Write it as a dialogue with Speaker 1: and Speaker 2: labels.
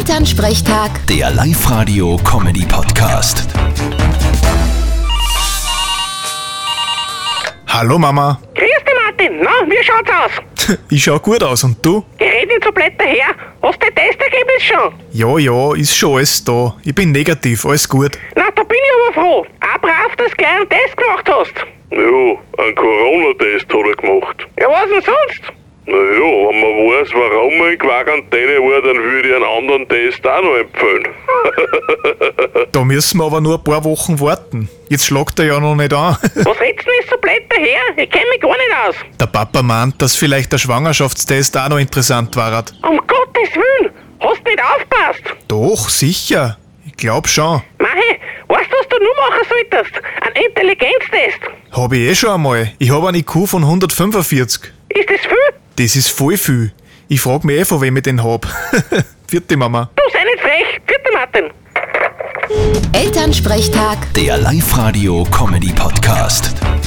Speaker 1: Elternsprechtag,
Speaker 2: Der Live-Radio-Comedy-Podcast.
Speaker 3: Hallo Mama,
Speaker 4: Grüß dich, Martin. Na, wie schaut's aus?
Speaker 3: ich schau gut aus und du?
Speaker 4: Ich rede nicht so blöd daher. Hast du dein Testergebnis schon?
Speaker 3: Ja, ja, ist schon alles da. Ich bin negativ, alles gut.
Speaker 4: Na, da bin ich aber froh. Auch brav, dass du gleich einen Test gemacht hast.
Speaker 5: Ja, einen Corona-Test hat er gemacht.
Speaker 4: Ja, was denn sonst?
Speaker 5: Naja, wenn man weiß, warum er in Quarantäne war, dann würde ich einen anderen Test auch noch empfehlen.
Speaker 3: Da müssen wir aber nur ein paar Wochen warten. Jetzt schlagt er ja noch nicht an.
Speaker 4: Was redst du denn jetzt so blöd daher? Ich kenne mich gar nicht aus.
Speaker 3: Der Papa meint, dass vielleicht der Schwangerschaftstest auch noch interessant war.
Speaker 4: Um Gottes Willen, hast du nicht aufgepasst?
Speaker 3: Doch, sicher. Ich glaub schon.
Speaker 4: Mache, weißt du, was du nur machen solltest? Einen Intelligenztest.
Speaker 3: Hab ich eh schon einmal. Ich hab eine IQ von 145.
Speaker 4: Ist das viel?
Speaker 3: Das ist voll viel. Ich frag mich eh, von wem ich den hab. Vierte Mama.
Speaker 4: Du sei nicht frech. Bitte, Martin.
Speaker 1: Elternsprechtag.
Speaker 2: Der Live-Radio-Comedy-Podcast.